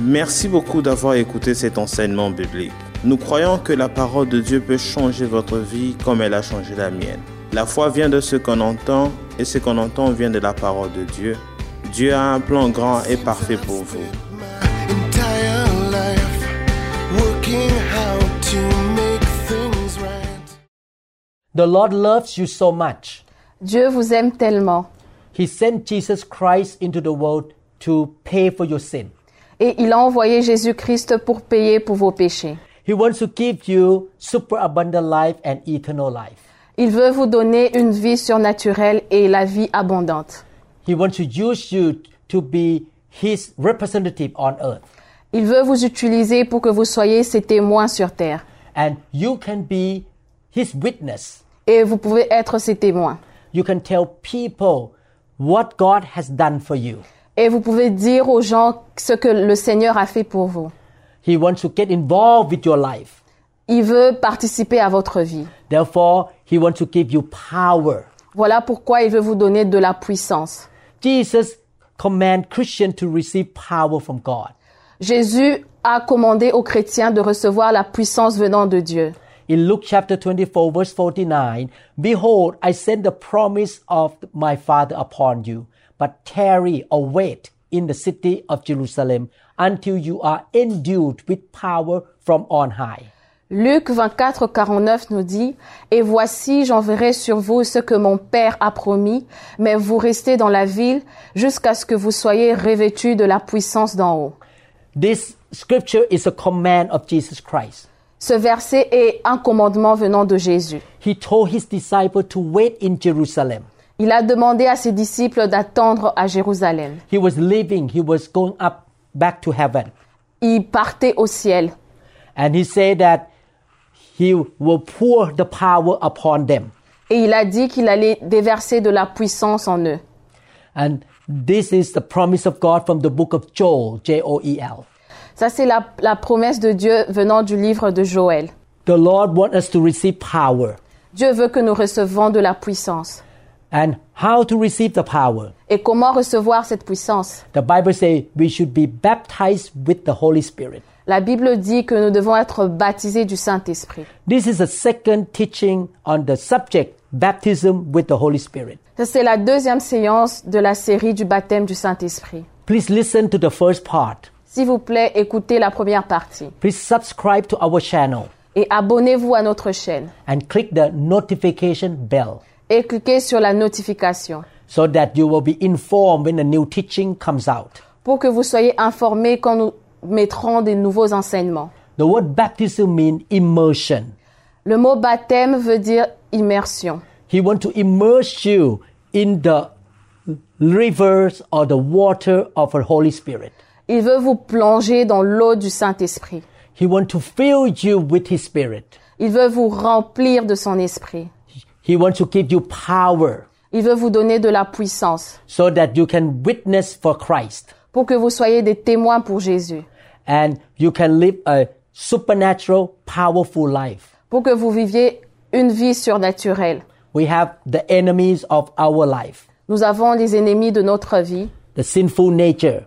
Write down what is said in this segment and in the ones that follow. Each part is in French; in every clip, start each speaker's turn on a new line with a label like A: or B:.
A: Merci beaucoup d'avoir écouté cet enseignement biblique. Nous croyons que la parole de Dieu peut changer votre vie comme elle a changé la mienne. La foi vient de ce qu'on entend et ce qu'on entend vient de la parole de Dieu. Dieu a un plan grand et parfait pour vous.
B: entire life working how to make things right.
C: The Lord loves you so much.
D: Dieu vous aime tellement
C: He sent Jesus Christ into the world to pay for your sin.
D: et il a envoyé Jésus-Christ pour payer pour vos péchés.
C: He wants to give you superabundant life and eternal life.
D: Il veut vous donner une vie surnaturelle et la vie abondante.
C: He wants to use you to be His representative on earth.
D: Il veut vous utiliser pour que vous soyez ses témoins sur terre
C: And you can be His witness.
D: et vous pouvez être ses témoins.
C: You can tell people what God has done for you.
D: Et vous pouvez dire aux gens ce que le Seigneur a fait pour vous.
C: He wants to get involved with your life.
D: Il veut participer à votre vie.
C: Therefore, He wants to give you power.
D: Voilà pourquoi il veut vous donner de la puissance.
C: Jesus command Christian to receive power from God.
D: Jésus a commandé aux chrétiens de recevoir la puissance venant de Dieu.
C: In Luke chapter 24 verse 49, behold, I send the promise of my Father upon you, but tarry or wait in the city of Jerusalem until you are endued with power from on high.
D: Luc 24, 49 nous dit, Et voici, j'enverrai sur vous ce que mon Père a promis, mais vous restez dans la ville jusqu'à ce que vous soyez revêtus de la puissance d'en haut.
C: This scripture is a command of Jesus Christ.
D: Ce verset est un commandement venant de Jésus.
C: He told his disciple to wait in Jerusalem.
D: Il a demandé à ses disciples d'attendre à Jérusalem.
C: He was leaving, he was going up back to heaven.
D: Il partait au ciel
C: And he said that he will pour the power upon them.
D: et il a dit qu'il allait déverser de la puissance en eux.
C: And this is the promise of God from the book of Joel, J O E L.
D: Ça, c'est la, la promesse de Dieu venant du livre de Joël.
C: The Lord wants us to receive power.
D: Dieu veut que nous recevons de la puissance.
C: And how to receive the power?
D: Et comment recevoir cette puissance
C: The Bible says we should be baptized with the Holy Spirit.
D: La Bible dit que nous devons être baptisés du Saint-Esprit.
C: This is the second teaching on the subject baptism with the Holy Spirit.
D: Ça, c'est la deuxième séance de la série du baptême du Saint-Esprit.
C: Please listen to the first part.
D: S'il vous plaît, écoutez la première partie
C: Please subscribe to our channel
D: et abonnez-vous à notre chaîne
C: and click the notification bell
D: et cliquez sur la notification
C: so that you will be informed when the new teaching comes out.
D: pour que vous soyez informés quand nous mettrons des nouveaux enseignements.
C: The word baptism means immersion.
D: Le mot baptême veut dire immersion.
C: He wants to immerse you in the rivers or the water of the Holy Spirit.
D: Il veut vous plonger dans l'eau du Saint-Esprit.
C: He wants to fill you with His Spirit.
D: Il veut vous remplir de son esprit.
C: He wants to give you power
D: Il veut vous donner de la puissance
C: so that you can witness for Christ
D: pour que vous soyez des témoins pour Jésus,
C: and you can live a supernatural, powerful life.
D: pour que vous viviez une vie surnaturelle.
C: We have the enemies of our life,
D: Nous avons les ennemis de notre vie,
C: the sinful nature,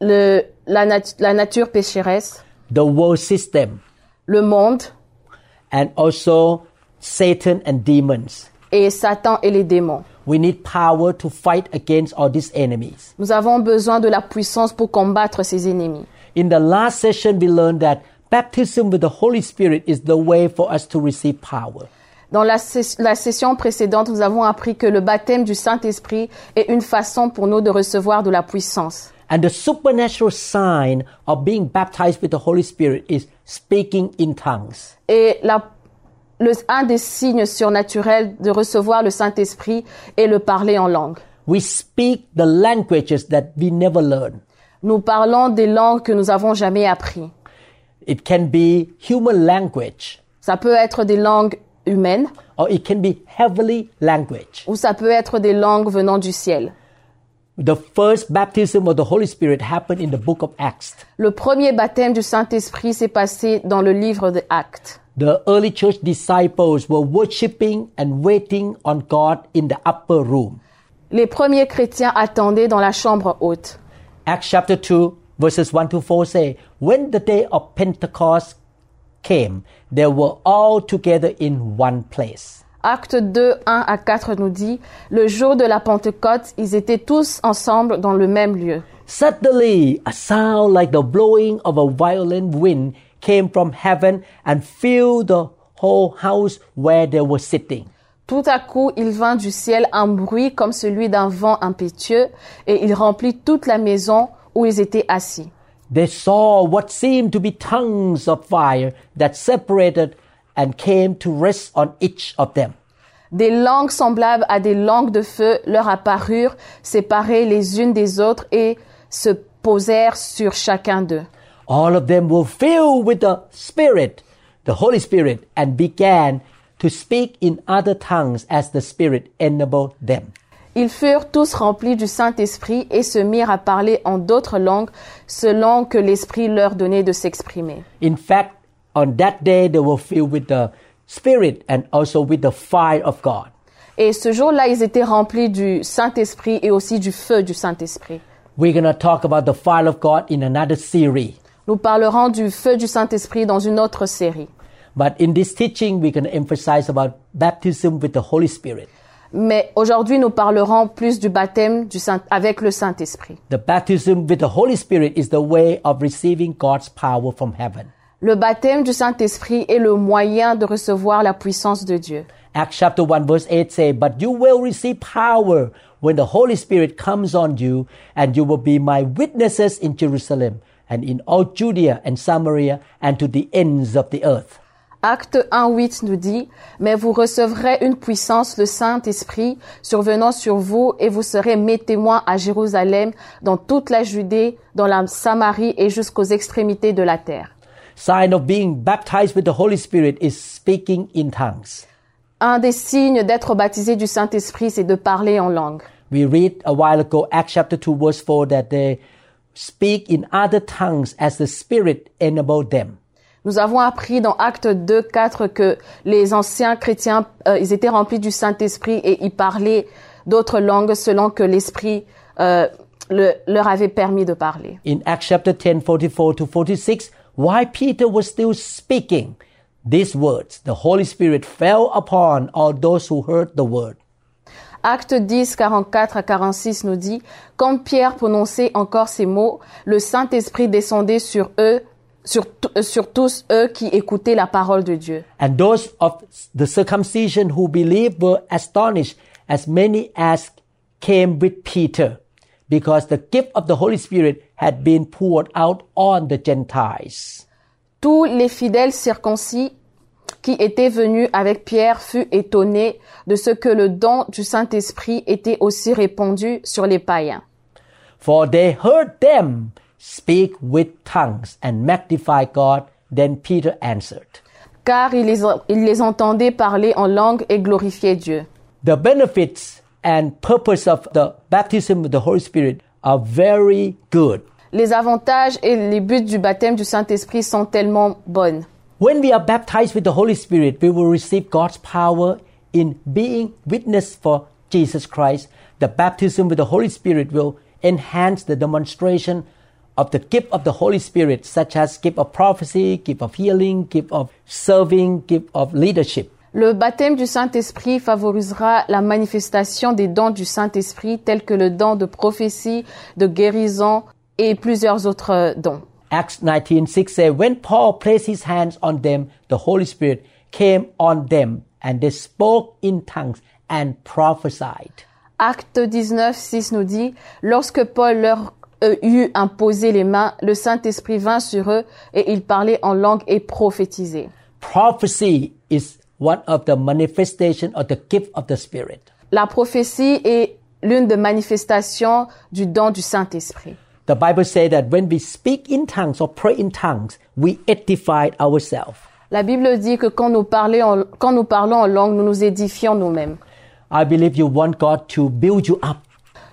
D: le, la, nat- la nature pécheresse,
C: the world system,
D: le monde
C: and also Satan and demons.
D: et Satan et les démons.
C: We need power to fight against all these enemies.
D: Nous avons besoin de la puissance pour combattre ces ennemis.
C: In the last session, we learned that baptism with the Holy Spirit is the way for us to receive power.
D: Dans la, ses- la session précédente, nous avons appris que le baptême du Saint-Esprit est une façon pour nous de recevoir de la puissance.
C: And the supernatural sign of being baptized with the Holy Spirit is speaking in tongues.
D: Et la- le, un des signes surnaturels de recevoir le Saint-Esprit est le parler en langue.
C: We speak the languages that we never learn.
D: Nous parlons des langues que nous avons jamais apprises.
C: It can be human language
D: Ça peut être des langues humaines
C: or it can be heavenly language.
D: ou ça peut être des langues venant du ciel.
C: The first baptism of the Holy Spirit happened in the book of Acts.
D: Le premier baptême du Saint-Esprit s'est passé dans le livre de Actes.
C: The early church disciples were worshiping and waiting on God in the upper room.
D: Les premiers chrétiens attendaient dans la chambre haute.
C: Acts chapter 2, verses 1 to 4 say, When the day of Pentecost came, they were all together in one place.
D: Acte 2, 1 à 4 nous dit, le jour de la Pentecôte, ils étaient tous ensemble dans le même lieu.
C: Suddenly, a sound like the blowing of a violent wind came from heaven and filled the whole house where they were sitting.
D: Tout à coup, il vint du ciel un bruit comme celui d'un vent impétueux, et il remplit toute la maison où ils étaient assis.
C: They saw what seemed to be tongues of fire that separated and came to rest on each of them.
D: Des langues semblables à des langues de feu leur apparurent, séparées les unes des autres, et se posèrent sur chacun d'eux.
C: All of them were filled with the Spirit, the Holy Spirit, and began to speak in other tongues as the Spirit enabled them.
D: Ils furent tous remplis du Saint-Esprit et se mirent à parler en d'autres langues selon que l'Esprit leur donnait de s'exprimer.
C: In fact, on that day they were filled with the Spirit and also with the fire of God.
D: Et ce jour-là, ils étaient remplis du Saint-Esprit et aussi du feu du Saint-Esprit.
C: We're going to talk about the fire of God in another series.
D: Nous parlerons du feu du Saint-Esprit dans une autre série.
C: But in this teaching, we're going to emphasize about baptism with the Holy Spirit.
D: Mais aujourd'hui, nous parlerons plus du baptême du Saint- avec le Saint-Esprit.
C: The baptism with the Holy Spirit is the way of receiving God's power from heaven.
D: Le baptême du Saint-Esprit est le moyen de recevoir la puissance de Dieu.
C: Acts chapter 1 verse 8 say, But you will receive power when the Holy Spirit comes on you, and you will be my witnesses in Jerusalem and in all Judea and Samaria and to the ends of the earth.
D: Acte 1, 8 nous dit, mais vous recevrez une puissance, le Saint-Esprit, survenant sur vous, et vous serez mes témoins à Jérusalem, dans toute la Judée, dans la Samarie et jusqu'aux extrémités de la terre.
C: Sign of being baptized with the Holy Spirit is speaking in tongues.
D: Un des signes d'être baptisé du Saint-Esprit, c'est de parler en langue.
C: We read a while ago, Acts chapter 2 verse 4, that they speak in other tongues as the Spirit enabled them.
D: Nous avons appris dans Acte 2, 4 que les anciens chrétiens, euh, ils étaient remplis du Saint-Esprit et ils parlaient d'autres langues selon que l'Esprit euh, le- leur avait permis de parler.
C: in Acts chapter 10, 44 to 46, why Peter was still speaking these words, the Holy Spirit fell upon all those who heard the word.
D: Acte 10, 44 à 46 nous dit, quand Pierre prononçait encore ces mots, le Saint-Esprit descendait sur eux, sur, t- euh, sur tous eux qui écoutaient la parole de Dieu.
C: And those of the circumcision who believed were astonished, as many as came with Peter, because the gift of the Holy Spirit had been poured out on the Gentiles.
D: Tous les fidèles circoncis qui étaient venus avec Pierre furent étonnés de ce que le don du Saint-Esprit était aussi répandu sur les païens.
C: For they heard them speak with tongues and magnify God. Then Peter answered.
D: Car ils les, en- ils les entendaient parler en langue et glorifier Dieu.
C: The benefits and purpose of the baptism with the Holy Spirit are very good.
D: Les avantages et les buts du baptême du Saint-Esprit sont tellement bonnes.
C: When we are baptized with the Holy Spirit, we will receive God's power in being witness for Jesus Christ. The baptism with the Holy Spirit will enhance the demonstration of the gift of the Holy Spirit, such as gift of prophecy, gift of healing, gift of serving, gift of leadership.
D: Le baptême du Saint-Esprit favorisera la manifestation des dons du Saint-Esprit tels que le don de prophétie, de guérison et plusieurs autres euh, dons.
C: Acts 19:6 says, When Paul placed his hands on them, the Holy Spirit came on them, and they spoke in tongues and prophesied.
D: Acte 19, 6 nous dit, lorsque Paul leur euh, eut imposé les mains, le Saint-Esprit vint sur eux et ils parlaient en langue et prophétisaient.
C: Prophecy is one of the manifestation of the gift of the Spirit.
D: La prophétie est l'une des manifestations du don du Saint-Esprit.
C: The Bible says that when we speak in tongues or pray in tongues, we edify ourselves.
D: La Bible dit que quand nous, parlons en, quand nous parlons en langue, nous nous édifions nous-mêmes.
C: I believe you want God to build you up.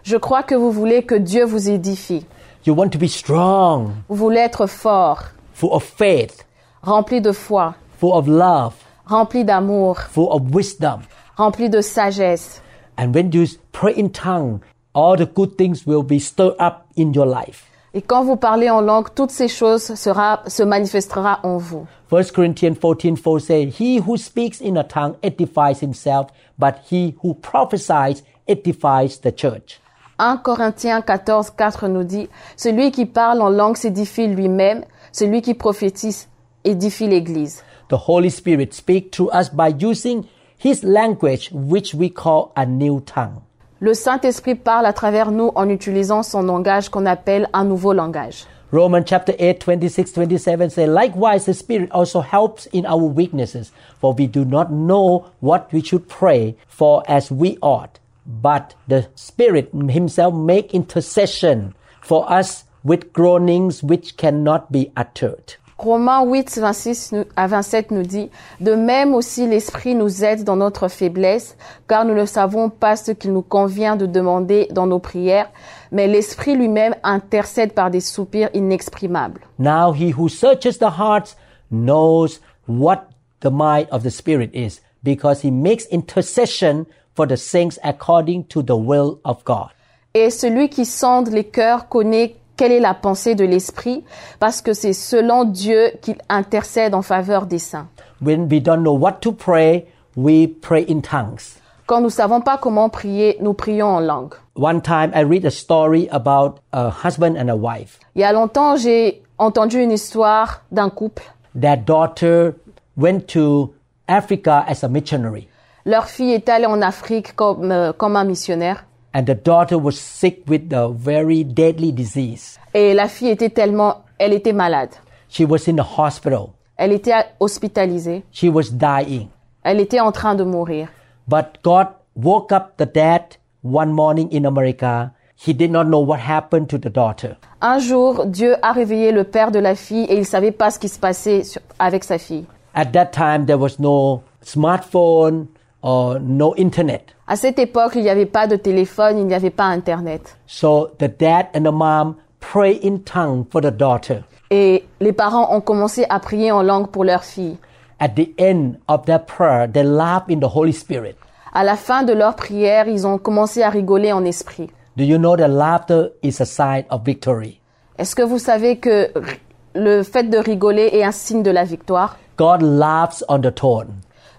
D: Je crois que vous voulez que Dieu vous édifie.
C: You want to be strong,
D: Vous voulez être fort,
C: full of faith,
D: rempli de foi,
C: full of love,
D: rempli d'amour,
C: full of wisdom.
D: rempli de sagesse.
C: And when you pray in tongue, all the good things will be stirred up in your life.
D: Et quand vous parlez en langue, toutes ces choses sera, se manifestera en vous.
C: 1 Corinthians 14 4 says, He who speaks in a tongue edifies himself, but he who prophesies edifies the church.
D: 1 Corinthiens 14, 4 nous dit, Celui qui parle en langue s'édifie lui-même, celui qui prophétise édifie l'Église.
C: The Holy Spirit speaks to us by using his language, which we call a new tongue.
D: Le Saint-Esprit parle à travers nous en utilisant son langage qu'on appelle un nouveau langage.
C: Romans chapter 8, 26, 27 say, Likewise, the Spirit also helps in our weaknesses, for we do not know what we should pray for as we ought. But the Spirit Himself make intercession for us with groanings which cannot be uttered.
D: Romains 8, 26 nous- à 27 nous dit, De même aussi l'Esprit nous aide dans notre faiblesse, car nous ne savons pas ce qu'il nous convient de demander dans nos prières, mais l'Esprit lui-même intercède par des soupirs inexprimables.
C: Now he who searches the hearts knows what the mind of the Spirit is, because he makes intercession for the saints according to the will of God.
D: Et celui qui sonde les cœurs connaît quelle est la pensée de l'Esprit, parce que c'est selon Dieu qu'il intercède en faveur des saints.
C: When we don't know what to pray, we pray in tongues.
D: Quand nous ne savons pas comment prier, nous prions en langue.
C: One time I read a story about a husband and a wife.
D: Il y a longtemps, j'ai entendu une histoire d'un couple.
C: Their daughter went to Africa as a missionary,
D: Leur fille est allée en Afrique comme, euh, comme un missionnaire.
C: and the daughter was sick with a very deadly disease.
D: Et la fille était tellement, elle était malade.
C: She was in the hospital.
D: Elle était à- hospitalisée.
C: She was dying.
D: Elle était en train de mourir.
C: But God woke up the dad one morning in America. He did not know what happened to the daughter.
D: Un jour, Dieu a réveillé le père de la fille et il savait pas ce qui se passait sur- avec sa fille.
C: At that time, there was no smartphone or no internet.
D: À cette époque, il n'y avait pas de téléphone, il n'y avait pas Internet.
C: So the dad and the mom pray in tongue for the daughter.
D: Et les parents ont commencé à prier en langue pour leur fille.
C: At the end of their prayer, they laugh in the Holy Spirit.
D: À la fin de leur prière, ils ont commencé à rigoler en esprit.
C: Do you know that laughter is a sign of victory?
D: Est-ce que vous savez que ri- le fait de rigoler est un signe de la victoire
C: God laughs on the throne.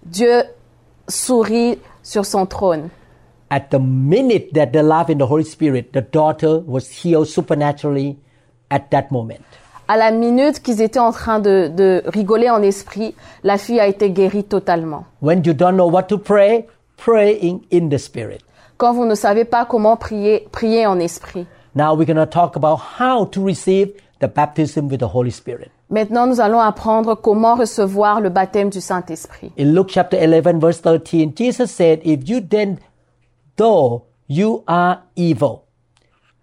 D: Dieu sourit sur son trône.
C: At the minute that they laugh in the Holy Spirit, the daughter was healed supernaturally at that moment.
D: À la minute qu'ils étaient en train de, de rigoler en esprit, la fille a été guérie totalement.
C: When you don't know what to pray, praying in the spirit.
D: Quand vous ne savez pas comment prier, priez en esprit.
C: Now we're going to talk about how to receive the baptism with the Holy Spirit.
D: Maintenant, nous allons apprendre comment recevoir le baptême du Saint-Esprit.
C: In Luke chapter 11 verse 13, Jesus said, if you then, though you are evil,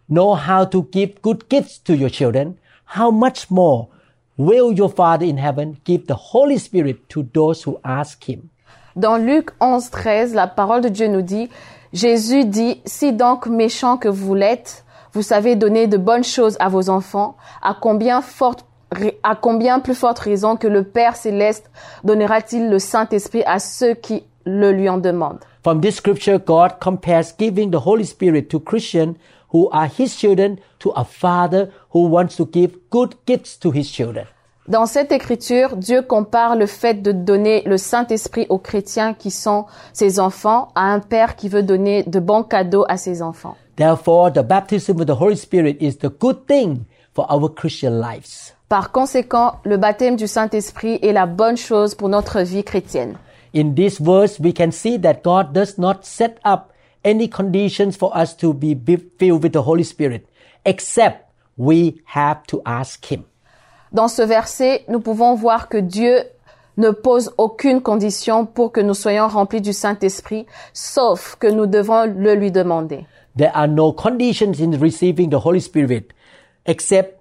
C: know how to give good gifts to your children, how much more will your Father in heaven give the Holy Spirit to those who ask him?
D: Dans Luc 11, 13, la parole de Dieu nous dit, Jésus dit, Si donc méchant que vous l'êtes, vous savez donner de bonnes choses à vos enfants, à combien, forte- à combien plus forte raison que le Père céleste donnera-t-il le Saint-Esprit à ceux qui le lui en demandent
C: From this scripture, God compares giving the Holy Spirit to Christians who are His children to a father who wants to give good gifts to His children.
D: Dans cette écriture, Dieu compare le fait de donner le Saint-Esprit aux chrétiens qui sont ses enfants à un Père qui veut donner de bons cadeaux à ses enfants.
C: Therefore, the baptism with the Holy Spirit is the good thing for our Christian lives.
D: Par conséquent, le baptême du Saint-Esprit est la bonne chose pour notre vie chrétienne.
C: In this verse, we can see that God does not set up any conditions for us to be be- filled with the Holy Spirit, except we have to ask Him.
D: Dans ce verset, nous pouvons voir que Dieu ne pose aucune condition pour que nous soyons remplis du Saint-Esprit, sauf que nous devons le lui demander.
C: There are no conditions in receiving the Holy Spirit except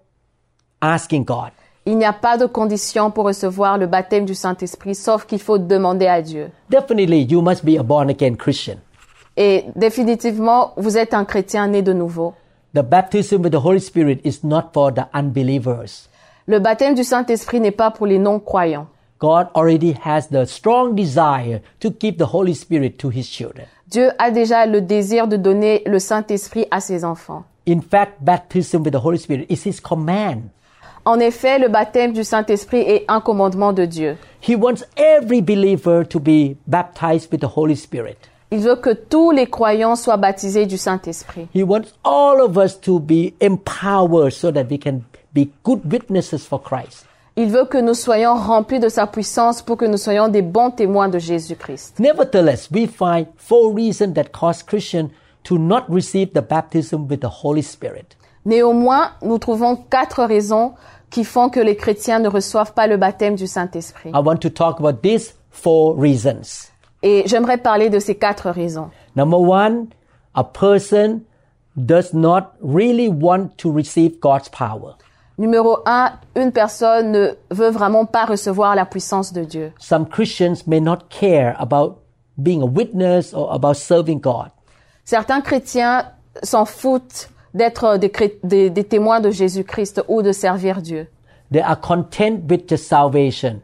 C: asking God.
D: Il n'y a pas de condition pour recevoir le baptême du Saint-Esprit, sauf qu'il faut demander à Dieu.
C: Definitely, you must be a born again Christian.
D: Et définitivement, vous êtes un chrétien né de nouveau.
C: The baptism with the Holy Spirit is not for the unbelievers.
D: Le baptême du Saint-Esprit n'est pas pour les non-croyants.
C: God already has the strong desire to give the Holy Spirit to His children.
D: Dieu a déjà le désir de donner le Saint-Esprit à ses enfants.
C: In fact, baptism with the Holy Spirit is his command.
D: En effet, le baptême du Saint-Esprit est un commandement de Dieu.
C: He wants every believer to be baptized with the Holy Spirit.
D: Il veut que tous les croyants soient baptisés du Saint-Esprit.
C: He wants all of us to be empowered so that we can be good witnesses for Christ.
D: Il veut que nous soyons remplis de sa puissance pour que nous soyons des bons témoins de Jésus-Christ.
C: Nevertheless, we find four reasons that cause Christian to not receive the baptism with the Holy Spirit.
D: Néanmoins, nous trouvons quatre raisons qui font que les chrétiens ne reçoivent pas le baptême du Saint-Esprit.
C: I want to talk about these four reasons.
D: Et j'aimerais parler de ces quatre raisons.
C: Number one, a person does not really want to receive God's power.
D: Numéro un, une personne ne veut vraiment pas recevoir la puissance de Dieu.
C: Some Christians may not care about being a witness or about serving God.
D: Certains chrétiens s'en foutent d'être des, chré- des- des témoins de Jésus-Christ ou de servir Dieu.
C: They are content with the salvation.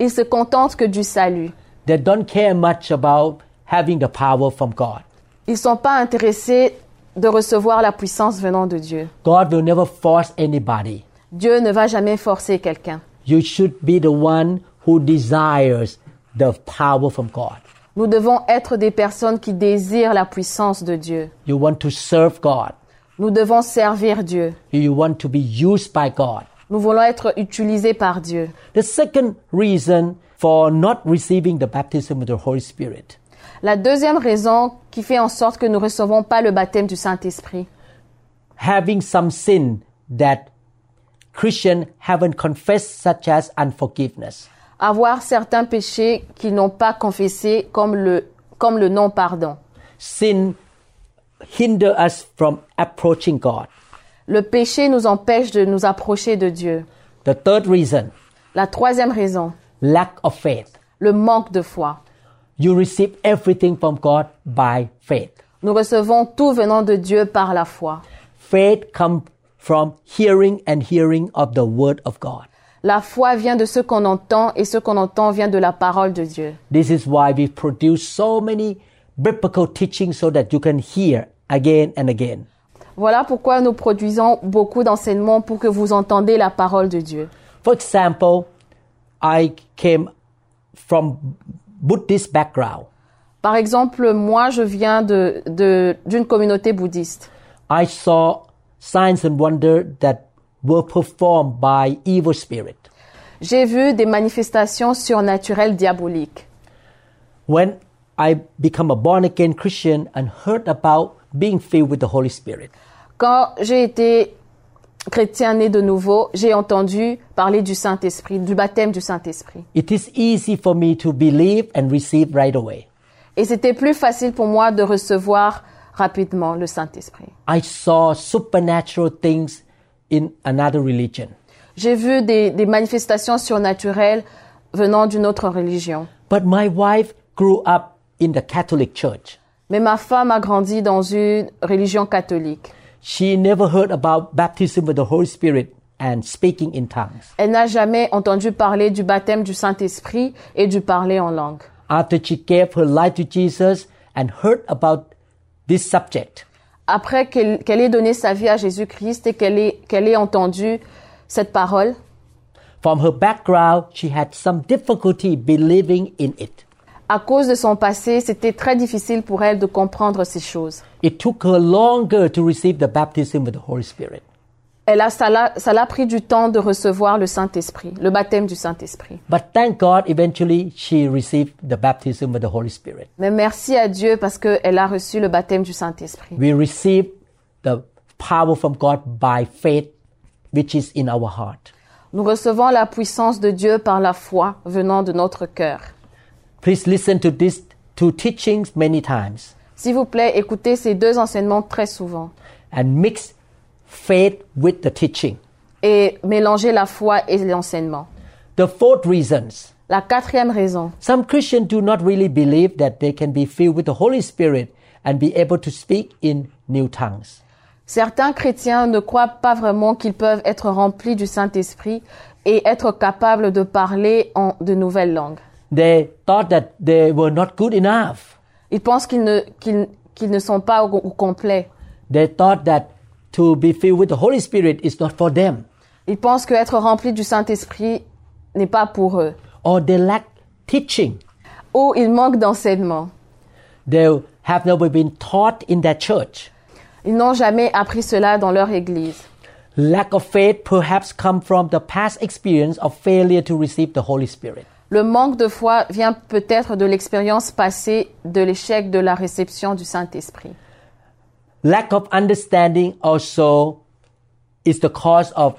D: Ils se contentent que du salut.
C: They don't care much about having the power from God.
D: Ils sont pas intéressés de recevoir la puissance venant de Dieu.
C: God will never force anybody.
D: Dieu ne va jamais forcer quelqu'un.
C: You should be the one who desires the power from God.
D: Nous devons être des personnes qui désirent la puissance de Dieu.
C: You want to serve God.
D: Nous devons servir Dieu.
C: You want to be used by God.
D: Nous voulons être utilisés par Dieu.
C: The second reason for not receiving the baptism with the Holy Spirit,
D: La deuxième raison qui fait en sorte que nous ne recevons pas le baptême du Saint-Esprit,
C: having some sin that Christian haven't confessed, such as unforgiveness.
D: avoir certains péchés qu'ils n'ont pas confessés comme le, comme le non-pardon.
C: Sin hinder us from approaching God.
D: Le péché nous empêche de nous approcher de Dieu.
C: The third reason,
D: La troisième raison,
C: lack of faith.
D: le manque de foi.
C: You receive everything from God by faith.
D: Nous recevons tout venant de Dieu par la foi.
C: Faith comes from hearing and hearing of the word of God.
D: La foi vient de ce qu'on entend et ce qu'on entend vient de la parole de Dieu.
C: This is why we produce so many biblical teachings so that you can hear again and again.
D: Voilà pourquoi nous produisons beaucoup d'enseignements pour que vous entendez la parole de Dieu.
C: For example, I came from Buddhist background.
D: Par exemple, moi, je viens de, de- d'une communauté bouddhiste.
C: I saw signs and wonder that were performed by evil spirit.
D: J'ai vu des manifestations surnaturelles diaboliques.
C: When I become a born again Christian and heard about being filled with the Holy Spirit,
D: Quand j'ai été chrétien né de nouveau, j'ai entendu parler du Saint-Esprit, du baptême du Saint-Esprit.
C: it is easy for me to believe and receive right away.
D: Et c'était plus facile pour moi de recevoir rapidement le Saint-Esprit.
C: I saw supernatural things in another religion.
D: J'ai vu des, des manifestations surnaturelles venant d'une autre religion.
C: But my wife grew up in the Catholic Church.
D: Mais ma femme a grandi dans une religion catholique.
C: She never heard about baptism with the Holy Spirit and speaking in tongues.
D: Elle n'a jamais entendu parler du baptême du Saint-Esprit et du parler en langue.
C: After she gave her life to Jesus and heard about this subject,
D: Après qu'elle qu'elle ait donné sa vie à Jésus-Christ et qu'elle ait, qu'elle ait entendu cette parole,
C: from her background, she had some difficulty believing in it.
D: à cause de son passé, c'était très difficile pour elle de comprendre ces choses.
C: It took her longer to receive the baptism with the Holy Spirit.
D: Elle a, ça l'a ça l'a pris du temps de recevoir le Saint-Esprit, le baptême du Saint-Esprit.
C: But thank God, eventually she received the baptism with the Holy Spirit.
D: Mais merci à Dieu parce qu'elle a reçu le baptême du Saint-Esprit.
C: We receive the power from God by faith, which is in our heart.
D: Nous recevons la puissance de Dieu par la foi venant de notre cœur.
C: Please listen to these two teachings many times
D: S'il vous plaît, écoutez ces deux enseignements très souvent
C: and mix faith with the teaching.
D: et mélangez la foi et l'enseignement.
C: The fourth reasons
D: La quatrième raison,
C: some Christians do not really believe that they can be filled with the Holy Spirit and be able to speak in new tongues.
D: certains chrétiens ne croient pas vraiment qu'ils peuvent être remplis du Saint-Esprit et être capables de parler en de nouvelles langues.
C: They thought that they were not good enough.
D: Ils pensent qu'ils ne, qu'ils, qu'ils ne sont pas au, au complet.
C: They thought that to be filled with the Holy Spirit is not for them,
D: Ils pensent qu'être rempli du Saint-Esprit n'est pas pour eux.
C: or they lack teaching.
D: Ou ils manquent d'enseignement.
C: They have never been taught in their church.
D: Ils n'ont jamais appris cela dans leur église.
C: Lack of faith perhaps come from the past experience of failure to receive the Holy Spirit.
D: Le manque de foi vient peut-être de l'expérience passée de l'échec de la réception du Saint-Esprit.
C: Lack of understanding also is the cause of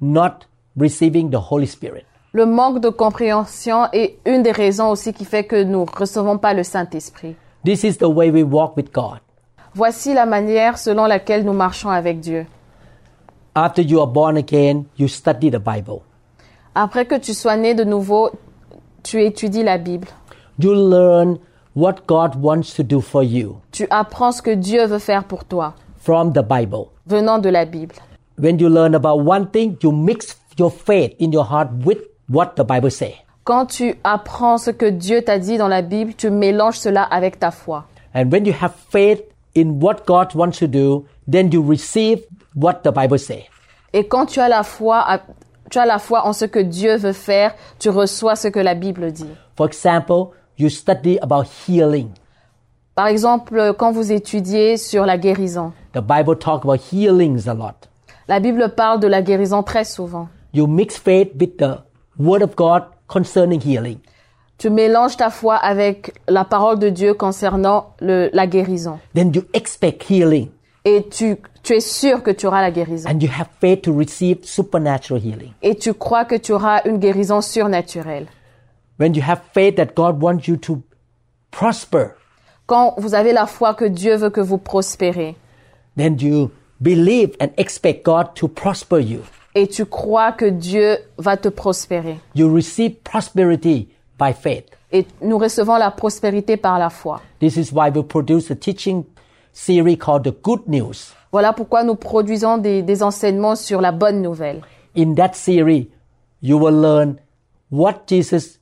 C: not receiving the Holy Spirit.
D: Le manque de compréhension est une des raisons aussi qui fait que nous ne recevons pas le Saint-Esprit.
C: This is the way we walk with God.
D: Voici la manière selon laquelle nous marchons avec Dieu.
C: After you are born again, you study the Bible.
D: Après que tu sois né de nouveau, tu étudies la Bible.
C: You learn what God wants to do for you
D: Tu apprends ce que Dieu veut faire pour toi,
C: from the Bible.
D: venant de la Bible.
C: When you learn about one thing, you mix your faith in your heart with what the Bible says.
D: Quand tu apprends ce que Dieu t'a dit dans la Bible, tu mélanges cela avec ta foi.
C: And when you have faith in what God wants to do, then you receive what the Bible says.
D: Et quand tu as la foi, à- tu as la foi en ce que Dieu veut faire, tu reçois ce que la Bible dit.
C: For example, you study about healing.
D: Par exemple, quand vous étudiez sur la guérison,
C: The Bible talks about healings a lot.
D: la Bible parle de la guérison très souvent.
C: You mix faith with the Word of God concerning healing.
D: Tu mélanges ta foi avec la parole de Dieu concernant le- la guérison.
C: Then you expect healing
D: Et tu, tu es sûr que tu auras la guérison.
C: and you have faith to receive supernatural healing.
D: Et tu crois que tu auras une guérison surnaturelle.
C: When you have faith that God wants you to prosper,
D: Quand vous avez la foi que Dieu veut que vous prospérez,
C: then you believe and expect God to prosper you.
D: et tu crois que Dieu va te prospérer.
C: You receive prosperity by faith.
D: Et nous recevons la prospérité par la foi.
C: This is why we produce a teaching series called The Good News.
D: Voilà pourquoi nous produisons des, des enseignements sur la bonne nouvelle.
C: In that series, you will learn what Jesus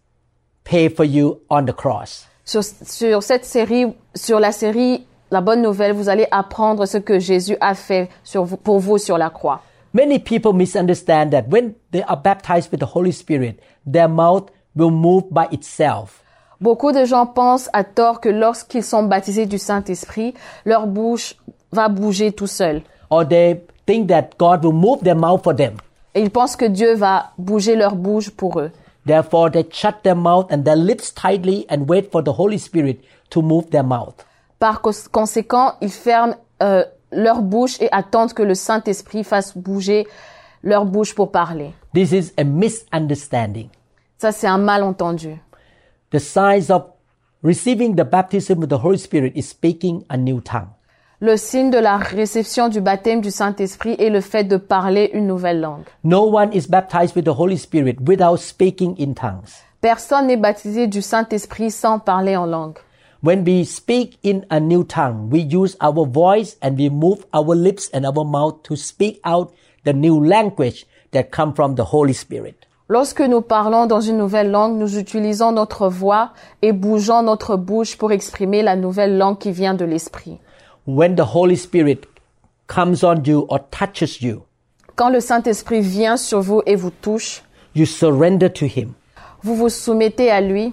C: paid for you on the cross.
D: Sur, sur cette série, sur la série La bonne nouvelle, vous allez apprendre ce que Jésus a fait sur vous- pour vous sur la croix.
C: Many people misunderstand that when they are baptized with the Holy Spirit, their mouth will move by itself.
D: Beaucoup de gens pensent à tort que lorsqu'ils sont baptisés du Saint-Esprit, leur bouche va bouger tout seul.
C: Or they think that God will move their mouth for them.
D: Et ils pensent que Dieu va bouger leur bouche pour eux.
C: Therefore, they shut their mouth and their lips tightly and wait for the Holy Spirit to move their mouth.
D: Par cons- conséquent, ils ferment euh, leur bouche et attendent que le Saint-Esprit fasse bouger leur bouche pour parler.
C: This is a misunderstanding.
D: Ça, c'est un malentendu.
C: The signs of receiving the baptism with the Holy Spirit is speaking a new tongue.
D: Le signe de la réception du baptême du Saint-Esprit est le fait de parler une nouvelle langue.
C: No one is baptized with the Holy Spirit without speaking in tongues.
D: Personne n'est baptisé du Saint-Esprit sans parler en langue.
C: When we speak in a new tongue, we use our voice and we move our lips and our mouth to speak out the new language that come from the Holy Spirit.
D: Lorsque nous parlons dans une nouvelle langue, nous utilisons notre voix et bougeons notre bouche pour exprimer la nouvelle langue qui vient de l'Esprit.
C: When the Holy Spirit comes on you or touches you,
D: Quand le Saint-Esprit vient sur vous et vous touche,
C: you surrender to Him.
D: vous vous soumettez à lui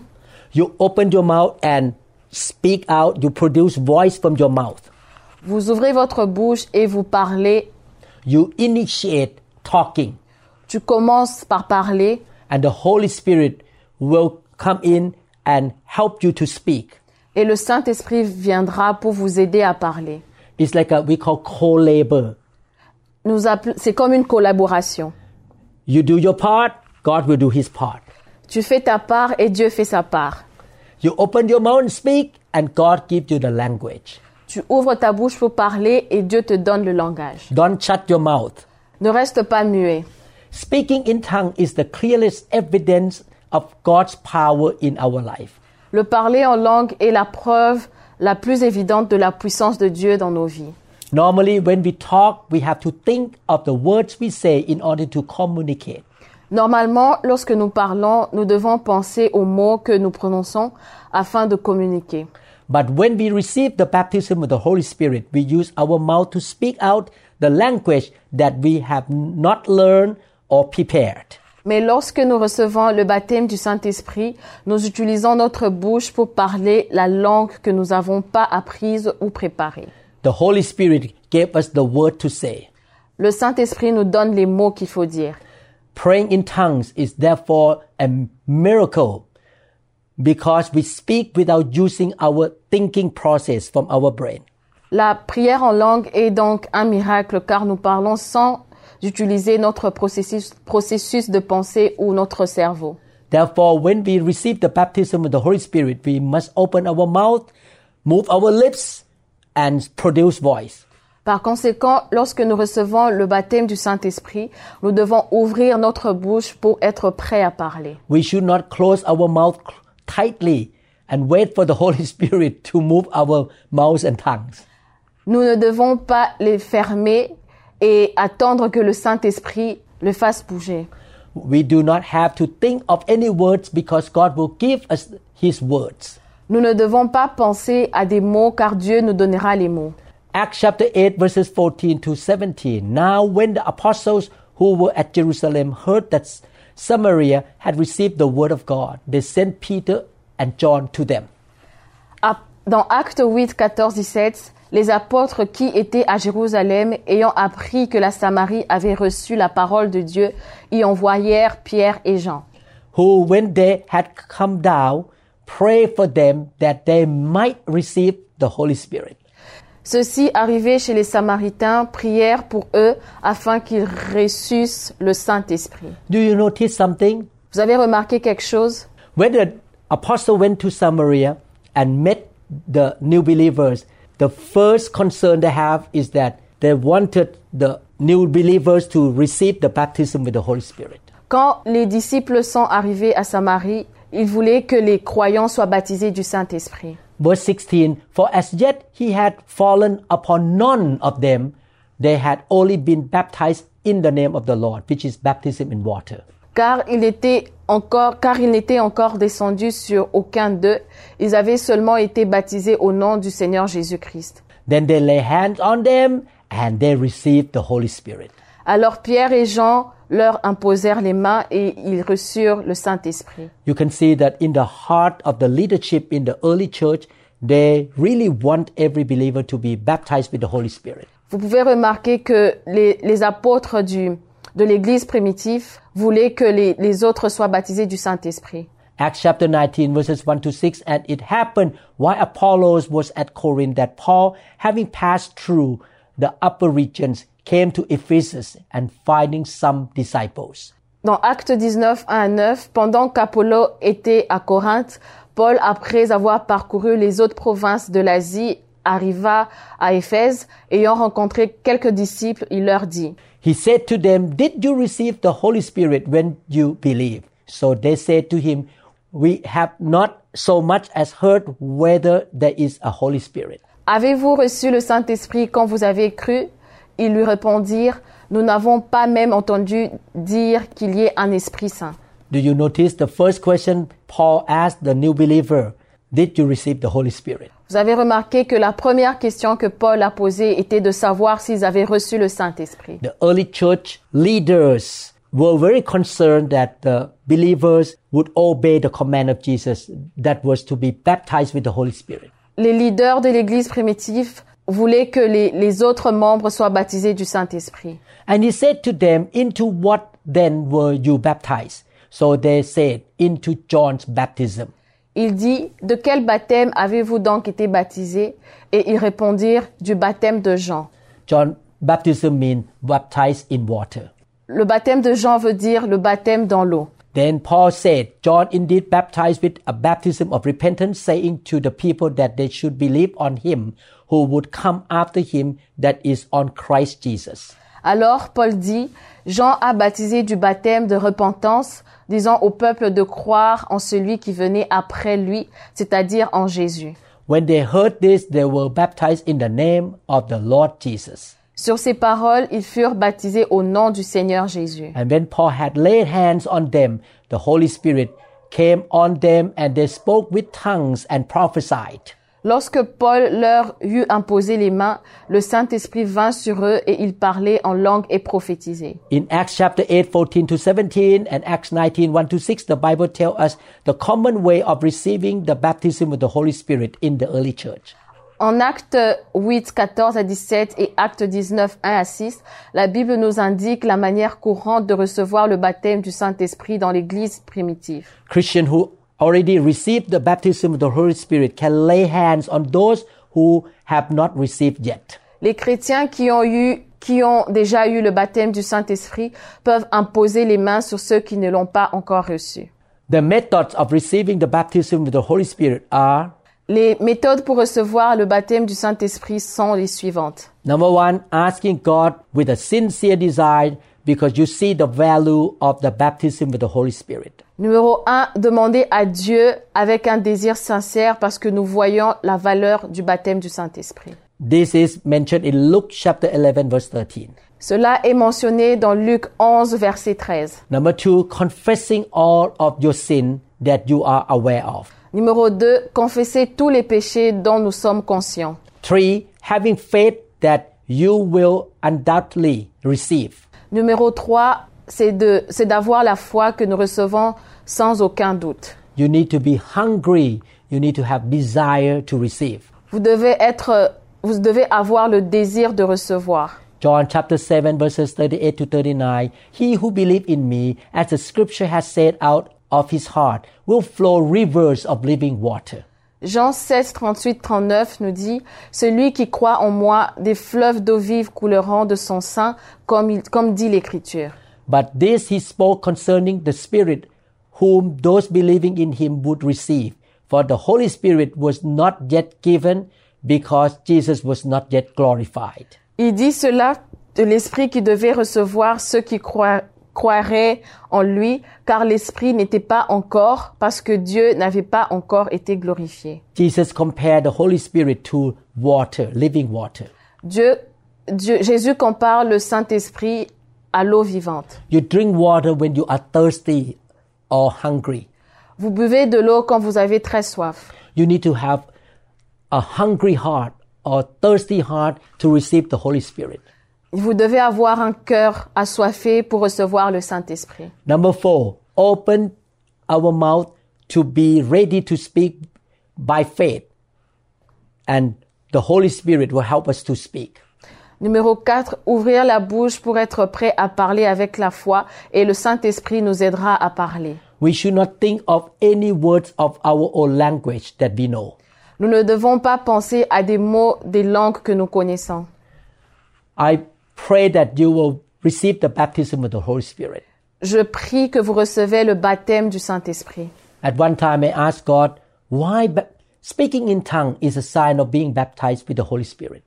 C: You open your mouth and speak out. You produce voice from your mouth.
D: Vous ouvrez votre bouche et vous parlez.
C: You initiate talking
D: Tu commences par parler
C: and the Holy Spirit will come in and help you to speak.
D: et le Saint-Esprit viendra pour vous aider à parler.
C: It's like a, we call co-labor.
D: Nous appel- C'est comme une collaboration.
C: You do your part, God will do his part.
D: Tu fais ta part et Dieu fait sa part.
C: You open your mouth and speak and God gives you the language.
D: Tu ouvres ta bouche pour parler et Dieu te donne le langage.
C: Don't shut your mouth.
D: Ne reste pas muet.
C: Speaking in tongue is the clearest evidence of God's power in our life.
D: Le parler en langue est la preuve la plus évidente de la puissance de Dieu dans nos vies.
C: Normally, when we talk, we have to think of the words we say in order to communicate.
D: Normalement, lorsque nous parlons, nous devons penser aux mots que nous prononçons afin de communiquer.
C: But when we receive the baptism of the Holy Spirit, we use our mouth to speak out the language that we have not learned or prepared.
D: Mais lorsque nous recevons le baptême du Saint-Esprit, nous utilisons notre bouche pour parler la langue que nous n'avons pas apprise ou préparée.
C: The Holy Spirit gave us the word to say.
D: Le Saint-Esprit nous donne les mots qu'il faut dire.
C: Praying in tongues is therefore a miracle because we speak without using our thinking process from our brain.
D: La prière en langue est donc un miracle car nous parlons sans utiliser notre processus, processus de pensée ou notre cerveau.
C: Therefore, when we receive the baptism of the Holy Spirit, we must open our mouth, move our lips, and produce voice.
D: Par conséquent, lorsque nous recevons le baptême du Saint-Esprit, nous devons ouvrir notre bouche pour être prêts à parler.
C: We should not close our mouth cl- tightly and wait for the Holy Spirit to move our mouths and tongues.
D: Nous ne devons pas les fermer et attendre que le Saint-Esprit le fasse bouger.
C: We do not have to think of any words because God will give us His words.
D: Nous ne devons pas penser à des mots car Dieu nous donnera les mots.
C: Acts chapter 8 verses 14 to 17. Now when the apostles who were at Jerusalem heard that Samaria had received the word of God, they sent Peter and John to them.
D: À- Dans Actes 8, 14, 17, les apôtres qui étaient à Jérusalem, ayant appris que la Samarie avait reçu la parole de Dieu, y envoyèrent Pierre et Jean.
C: who, when they had come down, prayed for them that they might receive the Holy Spirit.
D: Ceux-ci, arrivés chez les Samaritains, prièrent pour eux afin qu'ils reçussent le Saint-Esprit.
C: Do you notice something?
D: Vous avez remarqué quelque chose
C: When the apostle went to Samaria and met the new believers, the first concern they have is that they wanted the new believers to receive the baptism with the Holy Spirit.
D: Quand les disciples sont arrivés à Samarie, ils voulaient que les croyants soient baptisés du Saint-Esprit.
C: Verse 16 For as yet he had fallen upon none of them, they had only been baptized in the name of the Lord, which is baptism in water.
D: car il était encore, car il n'était encore descendu sur aucun d'eux. Ils avaient seulement été baptisés au nom du Seigneur Jésus-Christ.
C: Then they lay hands on them and they received the Holy Spirit.
D: Alors Pierre et Jean leur imposèrent les mains et ils reçurent le Saint-Esprit.
C: You can see that in the heart of the leadership in the early church, they really want every believer to be baptized with the Holy Spirit.
D: Vous pouvez remarquer que les, les apôtres du, de l'Église primitive voulaient que les, les autres soient baptisés du Saint-Esprit.
C: Acts chapter 19 verses 1 to 6, and it happened while Apollos was at Corinth that Paul, having passed through the upper regions, came to Ephesus and finding some disciples.
D: Dans Actes 19, 1 à 9, pendant qu'Apollo était à Corinthe, Paul, après avoir parcouru les autres provinces de l'Asie, arriva à Éphèse, ayant rencontré quelques disciples, il leur dit,
C: He said to them, Did you receive the Holy Spirit when you believed? So they said to him, We have not so much as heard whether there is a Holy Spirit.
D: Avez-vous reçu le Saint-Esprit quand vous avez cru? Ils lui répondirent, Nous n'avons pas même entendu dire qu'il y ait un Esprit Saint.
C: Do you notice the first question Paul asked the new believer? Did you receive the Holy Spirit?
D: Vous avez remarqué que la première question que Paul a posée était de savoir s'ils avaient reçu le Saint-Esprit.
C: The early church leaders were very concerned that the believers would obey the command of Jesus that was to be baptized with the Holy Spirit.
D: les leaders de l'Église primitive voulaient que les, les autres membres soient baptisés du Saint-Esprit.
C: And he said to them, Into what then were you baptized? So they said, Into John's baptism.
D: Il dit, De quel baptême avez-vous donc été baptisés Et ils répondirent, Du baptême de Jean.
C: John baptism means baptized in water.
D: Le baptême de Jean veut dire le baptême dans l'eau.
C: Then Paul said, John indeed baptized with a baptism of repentance, saying to the people that they should believe on him who would come after him, that is on Christ Jesus.
D: Alors Paul dit, Jean a baptisé du baptême de repentance, disant au peuple de croire en celui qui venait après lui, c'est-à-dire en Jésus.
C: When they heard this, they were baptized in the name of the Lord Jesus.
D: Sur ces paroles, ils furent baptisés au nom du Seigneur Jésus.
C: And when Paul had laid hands on them, the Holy Spirit came on them and they spoke with tongues and prophesied.
D: Lorsque Paul leur eut imposé les mains, le Saint-Esprit vint sur eux et ils parlaient en langue et prophétisaient.
C: In Acts chapter 8, 14 to 17, and Acts 19, 1 to 6, the Bible tells us the common way of receiving the baptism with the Holy Spirit in the early church.
D: En Actes 8, 14 à 17 et Actes 19, 1 à 6, la Bible nous indique la manière courante de recevoir le baptême du Saint-Esprit dans l'Église primitive.
C: Christians who already received the baptism with the Holy Spirit can lay hands on those who have not received yet.
D: Les chrétiens qui ont eu, qui ont déjà eu le baptême du Saint-Esprit peuvent imposer les mains sur ceux qui ne l'ont pas encore reçu.
C: The methods of receiving the baptism with the Holy Spirit are
D: Les méthodes pour recevoir le baptême du Saint-Esprit sont les suivantes.
C: number one, asking God with a sincere desire because you see the value of the baptism with the Holy Spirit.
D: Numéro 1, demander à Dieu avec un désir sincère parce que nous voyons la valeur du baptême du Saint-Esprit.
C: This is mentioned in Luke chapter 11, verse 13.
D: Cela est mentionné dans Luc 11, verset 13.
C: Number two, confessing all of your sin that you are aware of.
D: Numéro 2, confesser tous les péchés dont nous sommes conscients.
C: Three, having faith that you will undoubtedly receive.
D: Numéro 3, c'est de- c'est d'avoir la foi que nous recevons sans aucun doute.
C: You need to be hungry. You need to have desire to receive.
D: Vous devez être, vous devez avoir le désir de recevoir.
C: John chapter 7 verses 38 to 39. He who believes in me, as the scripture has said out of his heart, will flow rivers of living water.
D: Jean 16, 38, 39 nous dit, Celui qui croit en moi, des fleuves d'eau vive couleront de son sein, comme, il- comme dit l'Écriture.
C: But this he spoke concerning the Spirit, whom those believing in him would receive. For the Holy Spirit was not yet given because Jesus was not yet glorified.
D: Il dit cela de l'Esprit qui devait recevoir ceux qui croi- croiraient en lui, car l'Esprit n'était pas encore, parce que Dieu n'avait pas encore été glorifié.
C: Jesus compared the Holy Spirit to water, living water.
D: Dieu, Dieu, Jésus compare le Saint-Esprit à l'eau vivante.
C: You drink water when you are thirsty or hungry.
D: Vous buvez de l'eau quand vous avez très soif.
C: You need to have a hungry heart or thirsty heart to receive the Holy Spirit.
D: Vous devez avoir un cœur assoiffé pour recevoir le Saint-Esprit.
C: Number four, open our mouth to be ready to speak by faith. And the Holy Spirit will help us to speak.
D: Numéro 4, ouvrir la bouche pour être prêt à parler avec la foi et le Saint-Esprit nous aidera à parler.
C: We should not think of any words of our own language that we know.
D: Nous ne devons pas penser à des mots des langues que nous connaissons.
C: I pray that you will receive the baptism with the Holy Spirit.
D: Je prie que vous recevez le baptême du Saint-Esprit.
C: At one time, I asked God, why ba- speaking in tongue is a sign of being baptized with the Holy Spirit.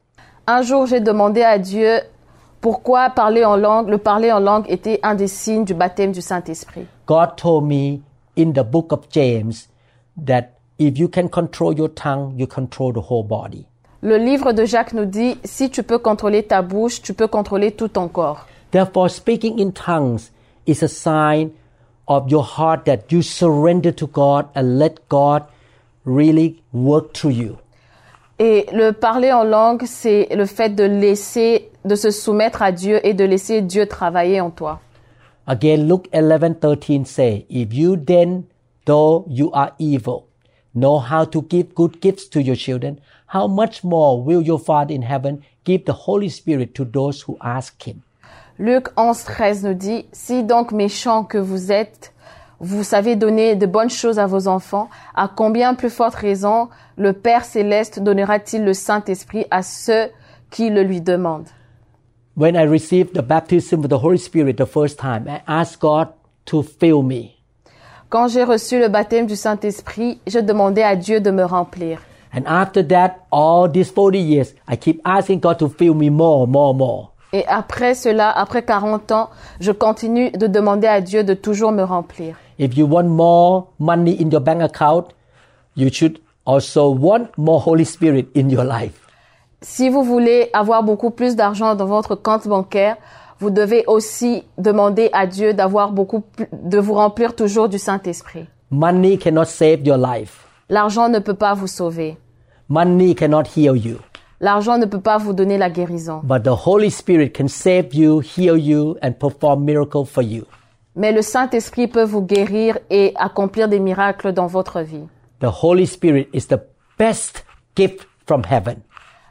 D: Un jour, j'ai demandé à Dieu pourquoi parler en langue, le parler en langue était un des signes du baptême du Saint-Esprit.
C: God told me in the book of James that if you can control your tongue, you control the whole body.
D: Le livre de Jacques nous dit, si tu peux contrôler ta bouche, tu peux contrôler tout ton corps.
C: Therefore, speaking in tongues is a sign of your heart that you surrender to God and let God really work through you.
D: Et le parler en langue, c'est le fait de laisser, de se soumettre à Dieu et de laisser Dieu travailler en toi.
C: Again, Luke 11 13 say, If you then, though you are evil, know how to give good gifts to your children, how much more will your Father in heaven give the Holy Spirit to those who ask him?
D: Luc 11, 13 nous dit, si donc méchants que vous êtes, vous savez donner de bonnes choses à vos enfants, à combien plus forte raison le Père céleste donnera-t-il le Saint-Esprit à ceux qui le lui demandent?
C: When I received the baptism with the Holy Spirit the first time, I asked God to fill me.
D: Quand j'ai reçu le baptême du Saint-Esprit, je demandais à Dieu de me remplir.
C: And after that, all these 40 years, I keep asking God to fill me more, more, more.
D: Et après cela, après 40 ans, je continue de demander à Dieu de toujours me remplir.
C: If you want more money in your bank account, you should also want more Holy Spirit in your life.
D: Si vous voulez avoir beaucoup plus d'argent dans votre compte bancaire, vous devez aussi demander à Dieu d'avoir beaucoup plus- de vous remplir toujours du Saint-Esprit.
C: Money cannot save your life.
D: L'argent ne peut pas vous sauver.
C: Money cannot heal you,
D: L'argent ne peut pas vous donner la guérison,
C: but the Holy Spirit can save you, heal you, and perform miracle for you.
D: mais le Saint-Esprit peut vous guérir et accomplir des miracles dans votre vie.
C: The Holy Spirit is the best gift from heaven.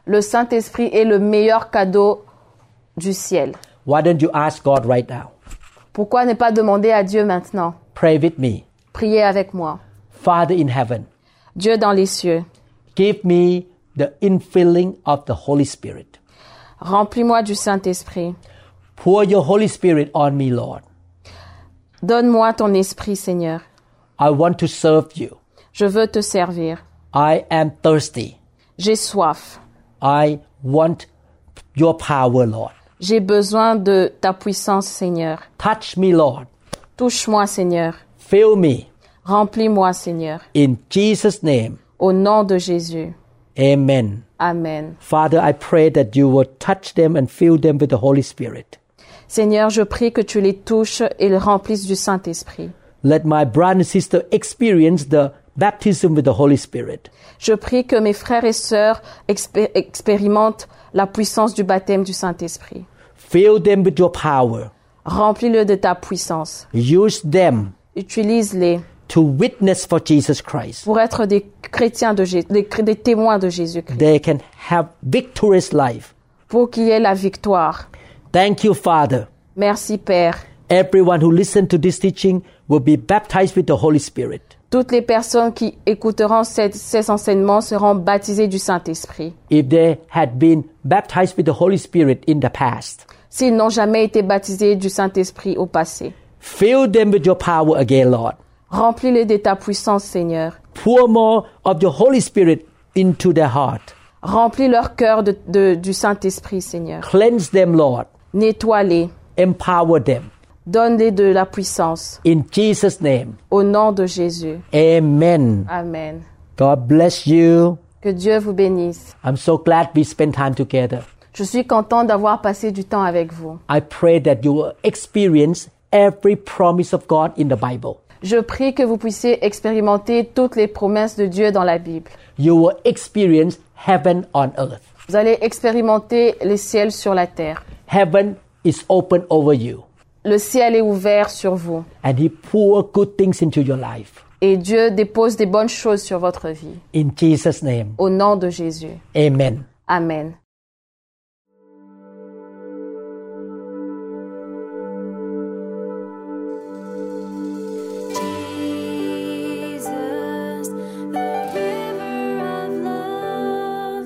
D: Le Saint-Esprit est le meilleur cadeau du ciel.
C: Why don't you ask God right now?
D: Pourquoi ne pas demander à Dieu maintenant
C: Pray with me.
D: Priez avec moi.
C: Father in heaven,
D: Dieu dans les cieux,
C: give me the infilling of the Holy Spirit.
D: remplis-moi du Saint-Esprit.
C: Pour your Holy Spirit on me, Lord.
D: Donne-moi ton esprit, Seigneur.
C: I want to serve you.
D: Je veux te servir.
C: I am thirsty.
D: J'ai soif.
C: I want your power, Lord.
D: J'ai besoin de ta puissance, Seigneur.
C: Touch me, Lord.
D: Touche-moi, Seigneur.
C: Fill me.
D: Remplis-moi, Seigneur.
C: In Jesus' name,
D: Au nom de Jésus.
C: amen.
D: Amen.
C: Father, I pray that you will touch them and fill them with the Holy Spirit.
D: Seigneur, je prie que tu les touches et les remplisses du Saint-Esprit.
C: Let my brother and sister experience the baptism with the Holy Spirit.
D: Je prie que mes frères et sœurs expé- expérimentent la puissance du baptême du Saint-Esprit.
C: Fill them with your power.
D: Remplis-le de ta puissance.
C: Use them
D: Utilise-les
C: to witness for Jesus Christ.
D: pour être des chrétiens de Jésus, des, chr- des témoins de Jésus-Christ,
C: They can have victorious life.
D: pour qu'il y ait la victoire.
C: Thank you, Father.
D: Merci, Père.
C: Everyone who listened to this teaching will be baptized with the Holy Spirit.
D: Toutes les personnes qui écouteront cette- ces enseignements seront baptisées du Saint-Esprit.
C: If they had been baptized with the Holy Spirit in the past,
D: S'ils n'ont jamais été baptisés du Saint-Esprit au passé,
C: fill them with your power again, Lord.
D: remplis-les de ta puissance, Seigneur.
C: Pour more of your Holy Spirit into their heart.
D: Remplis leur cœur de- de- du Saint-Esprit, Seigneur.
C: Cleanse them, Lord.
D: Nettoie-les.
C: Empower them.
D: Donne-les de la puissance.
C: In Jesus' name,
D: Au nom de Jésus.
C: amen.
D: Amen.
C: God bless you.
D: Que Dieu vous bénisse.
C: I'm so glad we spend time together.
D: Je suis content d'avoir passé du temps avec vous.
C: I pray that you will experience every promise of God in the Bible.
D: Je prie que vous puissiez expérimenter toutes les promesses de Dieu dans la Bible.
C: You will experience heaven on earth.
D: Vous allez expérimenter les ciels sur la terre.
C: Heaven is open over you,
D: Le ciel est ouvert sur vous
C: and He pour good things into your life.
D: et Dieu dépose des bonnes choses sur votre vie.
C: In Jesus' name,
D: Au nom de Jésus.
C: amen.
D: Amen.
E: Jesus, the giver of love.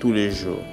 A: tous les jours.